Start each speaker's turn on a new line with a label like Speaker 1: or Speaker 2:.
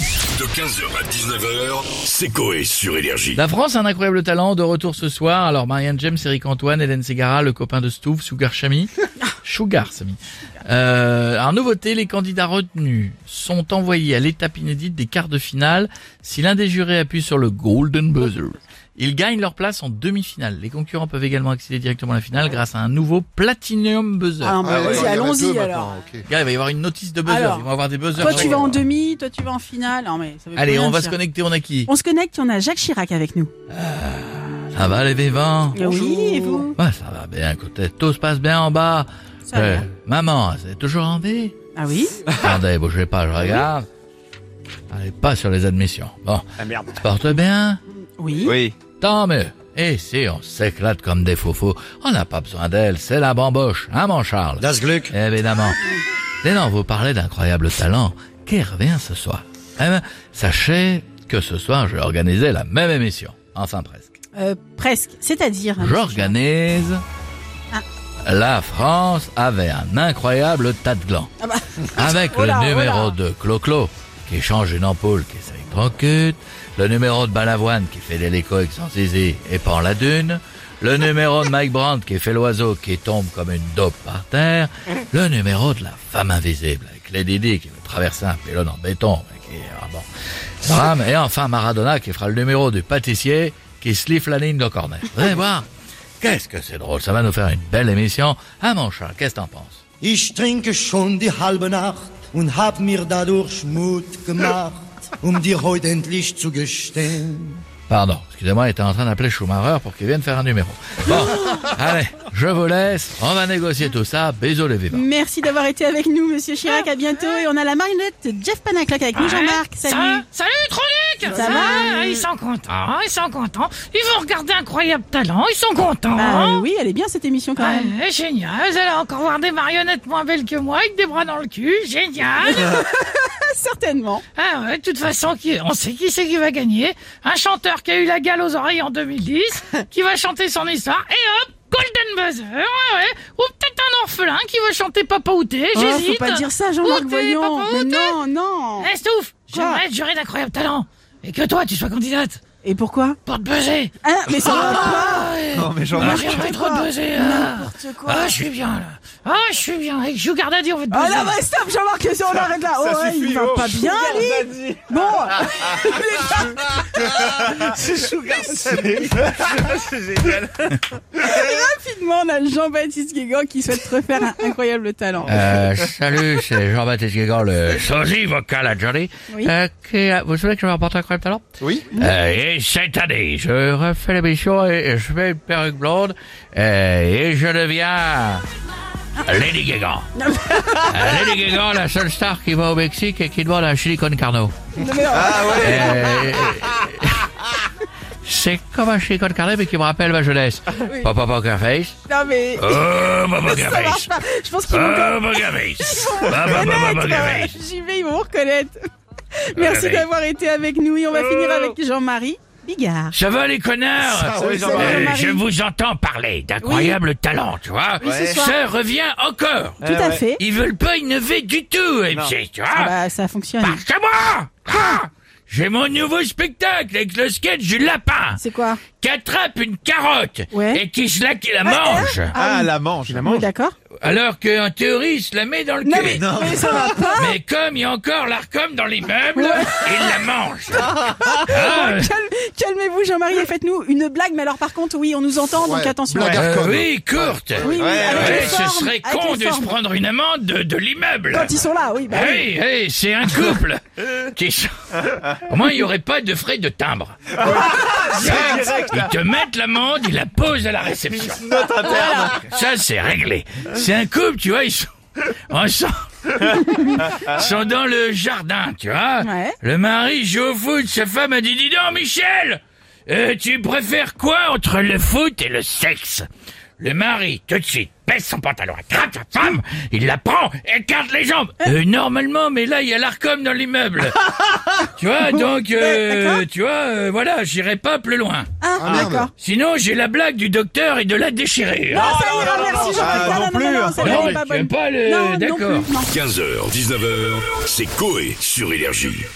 Speaker 1: De 15h à 19h, c'est Coé sur Énergie.
Speaker 2: La France a un incroyable talent, de retour ce soir. Alors Marianne James, Eric Antoine, Hélène Segara, le copain de Stouff, Sugar Chami. Sugar Samy. Euh, alors nouveauté, les candidats retenus sont envoyés à l'étape inédite des quarts de finale. Si l'un des jurés appuie sur le golden buzzer, ils gagnent leur place en demi-finale. Les concurrents peuvent également accéder directement à la finale grâce à un nouveau platinum buzzer.
Speaker 3: Ah, bah,
Speaker 4: Ah ouais,
Speaker 3: vas-y,
Speaker 4: il y en a deux
Speaker 3: allons-y
Speaker 4: maintenant,
Speaker 3: alors.
Speaker 4: ok.
Speaker 2: Gars, il va y avoir une notice de buzzer.
Speaker 3: Alors,
Speaker 2: Ils vont avoir des buzzers.
Speaker 3: Toi, tu vas en demi, toi, tu vas en finale. Non, mais ça veut
Speaker 2: Allez,
Speaker 3: plus rien
Speaker 2: on va se
Speaker 3: dire.
Speaker 2: connecter. On a qui
Speaker 3: On se connecte, on a Jacques Chirac avec nous.
Speaker 2: Ça va Ah, bah, les V20
Speaker 3: Oui, et vous
Speaker 2: Ouais, ça va bien. Écoutez, tout se passe bien en bas.
Speaker 3: Ça va
Speaker 2: Euh,
Speaker 3: bien.
Speaker 2: maman, c'est toujours en B.
Speaker 3: Ah oui
Speaker 2: Attendez, bougez pas, je regarde. Allez, pas sur les admissions. Bon.
Speaker 4: Ah merde.
Speaker 2: se Porte bien
Speaker 3: Oui.
Speaker 4: Oui.
Speaker 2: Tant mieux. Et si on s'éclate comme des faux-faux, on n'a pas besoin d'elle, c'est la bamboche, hein mon Charles
Speaker 4: Das Gluck.
Speaker 2: Évidemment. Mais non, vous parlez d'incroyable talent qui revient ce soir. Eh ben, sachez que ce soir, je vais organiser la même émission. Enfin presque.
Speaker 3: Euh, presque. C'est-à-dire. hein,
Speaker 2: J'organise
Speaker 3: Ah.
Speaker 2: la France avait un incroyable tas de glands.
Speaker 3: Ah bah.
Speaker 2: Avec
Speaker 3: Oh là,
Speaker 2: le
Speaker 3: oh
Speaker 2: numéro
Speaker 3: là.
Speaker 2: 2, Clo-Clo, qui change une ampoule qui s'électrocute, le numéro de Balavoine qui fait l'hélico avec son zizi et pend la dune, le numéro de Mike Brandt qui fait l'oiseau qui tombe comme une dope par terre, le numéro de la femme invisible avec Lady Di qui veut traverser un pylône en béton, mais qui, ah bon, drame, et enfin Maradona qui fera le numéro du pâtissier qui sliffe la ligne de corner. Vous allez voir, qu'est-ce que c'est drôle, ça va nous faire une belle émission. Ah mon chat, qu'est-ce que t'en penses
Speaker 5: Ich trinke schon die halbe Nacht und hab mir dadurch Mut gemacht, um dir heute endlich zu gestehen.
Speaker 2: Pardon, excusez-moi, il était en train d'appeler Schumacher pour qu'il vienne faire un numéro. Bon, allez, je vous laisse, on va négocier tout ça, bisous les vivants.
Speaker 3: Merci d'avoir été avec nous, monsieur Chirac. À bientôt. Et on a la marionnette de Jeff Panaclock avec nous, Jean-Marc. Salut.
Speaker 6: Ah, Ça- salut Tronic Ah,
Speaker 3: Ça va
Speaker 6: Ils sont contents, ils sont contents. Ils vont regarder Incroyable Talent, ils sont contents.
Speaker 3: Bah oui, elle est bien cette émission quand même.
Speaker 6: Ouais, génial, vous allez encore voir des marionnettes moins belles que moi avec des bras dans le cul, génial.
Speaker 3: Certainement.
Speaker 6: ah ouais, de toute façon, qui- on sait qui c'est qui va gagner. Un chanteur qui a eu la gale aux oreilles en 2010, qui va chanter son histoire, et hop, Golden Buzzer, ouais, ouais. Ou peut-être un orphelin qui va chanter Papa Outé,
Speaker 3: Oh,
Speaker 6: j'hésite.
Speaker 3: faut pas dire ça, Jean-Marc,
Speaker 6: Outé,
Speaker 3: voyons.
Speaker 6: Papa
Speaker 3: Mais
Speaker 6: Outé.
Speaker 3: non, non.
Speaker 6: Eh, Stouff,
Speaker 3: Quoi
Speaker 6: j'aimerais être juré d'incroyable talent. Et que toi, tu sois candidate
Speaker 3: Et pourquoi
Speaker 6: pour te buzzer.
Speaker 3: Ah, mais ça
Speaker 6: Oh.
Speaker 3: va pas.
Speaker 6: Non, mais
Speaker 3: Ah,
Speaker 4: Jean-Marc,
Speaker 6: J'ai envie trop de buzzer, là. Ah, je suis bien, là. Ah, je suis bien. Avec Sugar Daddy, on va te
Speaker 3: Ah
Speaker 6: buzzer.
Speaker 3: là, bah stop, Jean-Marc, si on arrête là. oh, ouais, il va pas bien, lui. Bon, rapidement, on a Jean-Baptiste Guégan qui souhaite refaire un incroyable talent.
Speaker 2: Euh, salut, c'est Jean-Baptiste Guégan, le sosie vocal à Johnny.
Speaker 3: Oui.
Speaker 2: Euh, qui- vous savez que je vais remporter un incroyable talent
Speaker 4: Oui.
Speaker 2: Euh, et cette année, je refais l'émission et je fais une perruque blonde euh, et je deviens Lady Guégan. Euh, Lady Guégan, la seule star qui va au Mexique et qui demande un chili con carne.
Speaker 4: Ah ouais.
Speaker 2: Euh, C'est comme un chili con carne mais qui me rappelle ma jeunesse.
Speaker 3: Ah
Speaker 2: Papa Pokerface.
Speaker 3: Non mais
Speaker 2: Oh, Papa
Speaker 3: ça marche
Speaker 2: Pokerface.
Speaker 3: pas. Je pense qu'ils vont
Speaker 2: Oh, Pokerface. Papa, Papa Pokerface.
Speaker 3: reconnaître. J'y vais, ils vont vous reconnaître. Merci
Speaker 2: Regardez.
Speaker 3: d'avoir été avec nous et on va finir avec Jean-Marie
Speaker 6: Eh,
Speaker 3: Bigard.
Speaker 2: Ça va les connards
Speaker 3: Salut,
Speaker 4: oui, Jean-Marc.
Speaker 2: Euh,
Speaker 3: Jean-Marie.
Speaker 2: Je vous entends parler d'incroyable talent, tu vois.
Speaker 3: ce soir. Ah
Speaker 2: Ça revient encore.
Speaker 3: Tout à fait.
Speaker 2: Ils veulent pas innover du tout, MC, tu vois.
Speaker 3: Ah bah ça fonctionne.
Speaker 2: Parce que moi, ah, j'ai mon nouveau spectacle avec le sketch du lapin
Speaker 3: C'est quoi
Speaker 2: qui attrape une carotte
Speaker 3: Ouais.
Speaker 2: et qui se la, qui la mange.
Speaker 4: Ah, la manche. La
Speaker 3: Oui, d'accord.
Speaker 2: Alors qu'en théorie, il se la met dans le
Speaker 3: Non
Speaker 2: cul.
Speaker 3: mais, mais ça va pas.
Speaker 2: Mais comme il y a encore l'arcom dans l'immeuble, il la mange. Ah,
Speaker 3: Calme- Calmez-vous Jean-Marie et faites-nous une blague. Mais alors par contre, oui, on nous entend, donc
Speaker 4: Ouais,
Speaker 3: attention.
Speaker 4: blague.
Speaker 2: euh,
Speaker 4: Arcom.
Speaker 2: oui, courte.
Speaker 3: Oui, oui,
Speaker 4: Ouais,
Speaker 3: avec
Speaker 2: Ouais,
Speaker 3: les
Speaker 2: ce
Speaker 3: formes,
Speaker 2: serait
Speaker 3: avec
Speaker 2: con
Speaker 3: les
Speaker 2: de se
Speaker 3: formes.
Speaker 2: prendre une amende de, de l'immeuble.
Speaker 3: Quand ils sont là, oui. Bah, oui.
Speaker 2: Hey, hey, c'est un couple qui sont- Au moins, il n'y aurait pas de frais de timbre. Ça, ils te mettent l'amende, ils la posent à la réception. Ça, c'est réglé. C'est un couple, tu vois, ils sont ensemble. Ils sont dans le jardin, tu vois.
Speaker 3: Ouais.
Speaker 2: Le mari joue au foot, sa femme a dit, dis donc, Michel, euh, tu préfères quoi entre le foot et le sexe Le mari, tout de suite, baisse son pantalon, attrape sa femme, il la prend, écarte les jambes. Euh, normalement, mais là, il y a l'arcom dans l'immeuble. tu vois, donc, euh,
Speaker 3: d'accord.
Speaker 2: tu vois, euh, voilà, j'irai pas plus loin.
Speaker 3: Ah, d'accord.
Speaker 2: Sinon, j'ai la blague du docteur et de la déchirure.
Speaker 3: Ah, ça ira, merci Jean-Marie. Non,
Speaker 4: non,
Speaker 3: non, non, non, non, celle-là,
Speaker 2: non,
Speaker 3: elle
Speaker 2: mais
Speaker 3: est pas
Speaker 2: tu veux
Speaker 3: bonne.
Speaker 2: pas le-
Speaker 3: Non, non
Speaker 2: d'accord.
Speaker 3: plus, non.
Speaker 1: 15h, 19h, c'est Coé sur Énergie.